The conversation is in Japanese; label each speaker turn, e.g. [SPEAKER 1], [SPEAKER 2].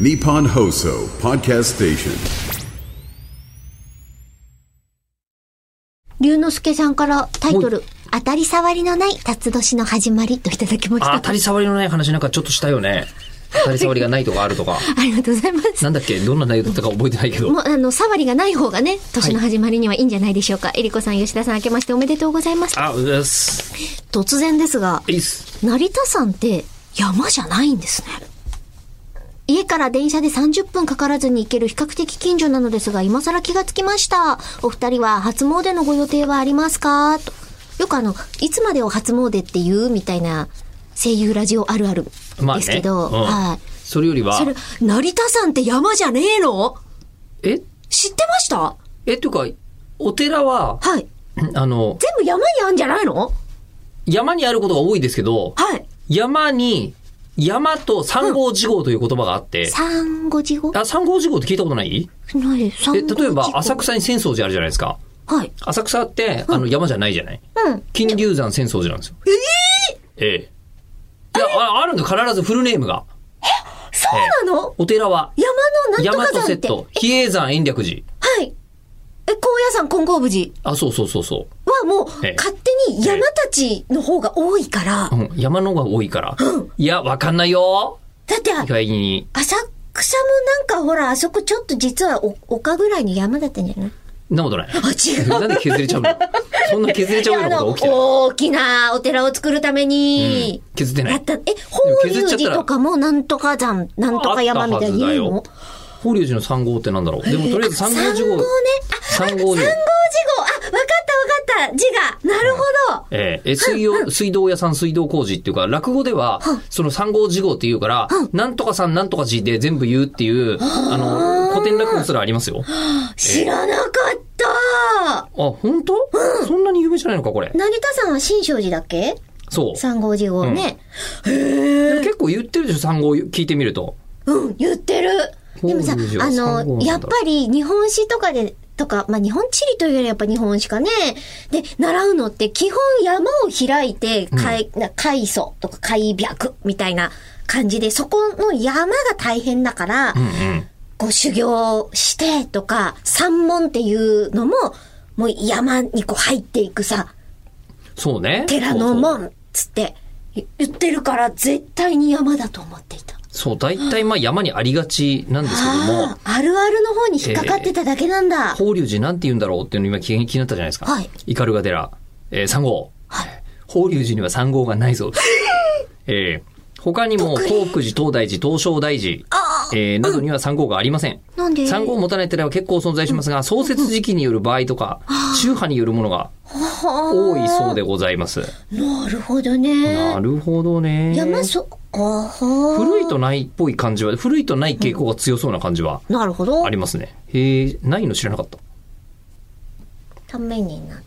[SPEAKER 1] Nippon Hoso Podcast Station.
[SPEAKER 2] 龍之介さんからタイトル、当たり障りのない辰年の始まりといただきまし
[SPEAKER 3] あ、
[SPEAKER 2] た。
[SPEAKER 3] 当たり障りのない話なんかちょっとしたよね。当たり障りがないとかあるとか。
[SPEAKER 2] ありがとうございます。
[SPEAKER 3] なんだっけどんな内容だったか覚えてないけど。
[SPEAKER 2] もう、あの、触りがない方がね、年の始まりにはいいんじゃないでしょうか。えりこさん、吉田さん、明けましておめでとうございます。
[SPEAKER 3] あ、うっす。
[SPEAKER 2] 突然ですが、
[SPEAKER 3] いいっす。
[SPEAKER 2] 成田山って山じゃないんですね。家から電車で30分かからずに行ける比較的近所なのですが、今更気がつきました。お二人は初詣のご予定はありますかと。よくあの、いつまでを初詣っていうみたいな声優ラジオあるある
[SPEAKER 3] まあね。
[SPEAKER 2] ですけど、
[SPEAKER 3] うん
[SPEAKER 2] はい。
[SPEAKER 3] それよりは
[SPEAKER 2] そ、れ、成田山って山じゃねえの
[SPEAKER 3] え
[SPEAKER 2] 知ってましたは
[SPEAKER 3] え、というか、お寺は、
[SPEAKER 2] い。
[SPEAKER 3] あの、
[SPEAKER 2] 全部山にあるんじゃないの
[SPEAKER 3] 山にあることが多いですけど、
[SPEAKER 2] はい。
[SPEAKER 3] 山に、山と三号地号という言葉があって、
[SPEAKER 2] 三五時後
[SPEAKER 3] あ、三号地号って聞いたことない
[SPEAKER 2] ない三
[SPEAKER 3] え、
[SPEAKER 2] 五時後
[SPEAKER 3] 例えば、浅草に浅草寺あるじゃないですか。
[SPEAKER 2] はい。
[SPEAKER 3] 浅草って、あの、山じゃないじゃない
[SPEAKER 2] うん。
[SPEAKER 3] 金龍山浅草寺なんですよ。えええ。いや、ああるんだよ、必ずフルネームが。
[SPEAKER 2] そうなの
[SPEAKER 3] お寺は、
[SPEAKER 2] 山のな
[SPEAKER 3] 山
[SPEAKER 2] んと
[SPEAKER 3] と
[SPEAKER 2] か
[SPEAKER 3] セ
[SPEAKER 2] 山
[SPEAKER 3] ッ
[SPEAKER 2] って。
[SPEAKER 3] ト、比叡山延暦寺。
[SPEAKER 2] はい。え、高野山金剛無寺
[SPEAKER 3] あ、そうそうそうそ
[SPEAKER 2] はもう
[SPEAKER 3] ええ
[SPEAKER 2] 勝手に山たちの方が多いから
[SPEAKER 3] う。う、ん、山の方が多いから。いや、わかんないよ
[SPEAKER 2] だって
[SPEAKER 3] 意外に。
[SPEAKER 2] 浅草もなんかほら、あそこちょっと実はお丘ぐらいに山だったんじゃない
[SPEAKER 3] んなことない。
[SPEAKER 2] あ、違う。
[SPEAKER 3] なんで削れちゃうのそんな削れちゃうようなことが起きて
[SPEAKER 2] いや
[SPEAKER 3] な
[SPEAKER 2] あ
[SPEAKER 3] い
[SPEAKER 2] の。大きなお寺を作るために、
[SPEAKER 3] うん削ってない
[SPEAKER 2] やった。え、法
[SPEAKER 3] も削
[SPEAKER 2] 隆
[SPEAKER 3] っちゃったら
[SPEAKER 2] 寺とかもなんとか山、なんとか山みたいに言う
[SPEAKER 3] あっ
[SPEAKER 2] の
[SPEAKER 3] たはず法隆寺の三号ってなんだろうでもとりあえず三号
[SPEAKER 2] 三
[SPEAKER 3] 地
[SPEAKER 2] 号
[SPEAKER 3] 号
[SPEAKER 2] ね。。あ、
[SPEAKER 3] 三号
[SPEAKER 2] 三
[SPEAKER 3] 地
[SPEAKER 2] 号字号。あ、
[SPEAKER 3] 号
[SPEAKER 2] わかったわかった。字が。なるほど。
[SPEAKER 3] えええ、水曜、水道屋さん水道工事っていうか、落語では、その三号事号っていうから、なんとかさんなんとか字で全部言うっていう、あの、古典落語すらありますよ。あ、
[SPEAKER 2] 知らなかった。
[SPEAKER 3] 本当そんなに有名じゃないのか、これ。
[SPEAKER 2] 成田山は新勝寺だっけ
[SPEAKER 3] そう。
[SPEAKER 2] 三号字号ね。
[SPEAKER 3] でも 結構言ってるでしょ、三号聞いてみると。
[SPEAKER 2] うん、言ってる。でもさ、あ
[SPEAKER 3] 法隆寺は三号なん
[SPEAKER 2] の、
[SPEAKER 3] だ
[SPEAKER 2] やっぱり日本史とかで、とか、まあ、日本地理というよりやっぱ日本史かね。で、習うのって基本山を開いて、海、な海祖とか海脈みたいな感じで、そこの山が大変だから、こう修行してとか、山門っていうのも、もう山にこう入っていくさ、
[SPEAKER 3] そうね。
[SPEAKER 2] 寺の
[SPEAKER 3] そうそう
[SPEAKER 2] 門っつってい言ってるから絶対に山だと思っていた。
[SPEAKER 3] そう、大体まあ山にありがちなんですけども
[SPEAKER 2] あ、あ、あるあるの方に引っかかってただけなんだ。
[SPEAKER 3] 法隆寺なんて言うんだろうっていうの今気に気になったじゃないですか。
[SPEAKER 2] はい。
[SPEAKER 3] 斑鳩寺、えー、3号。法隆寺には3号がないぞ。 えー、他にも、東福寺、東大寺、東照大寺、えー、などには3号がありません。
[SPEAKER 2] なんで
[SPEAKER 3] 3号を持たない寺は結構存在しますが、創設時期による場合とか、宗派によるものが多いそうでございます。
[SPEAKER 2] なるほどね
[SPEAKER 3] な。るほどね。
[SPEAKER 2] 山そ、あは
[SPEAKER 3] 古いとないっぽい感じは、古いとない傾向が強そうな感じは
[SPEAKER 2] なるほど
[SPEAKER 3] あ。りますね。へえ、ないの知らなかった。
[SPEAKER 2] ためになっ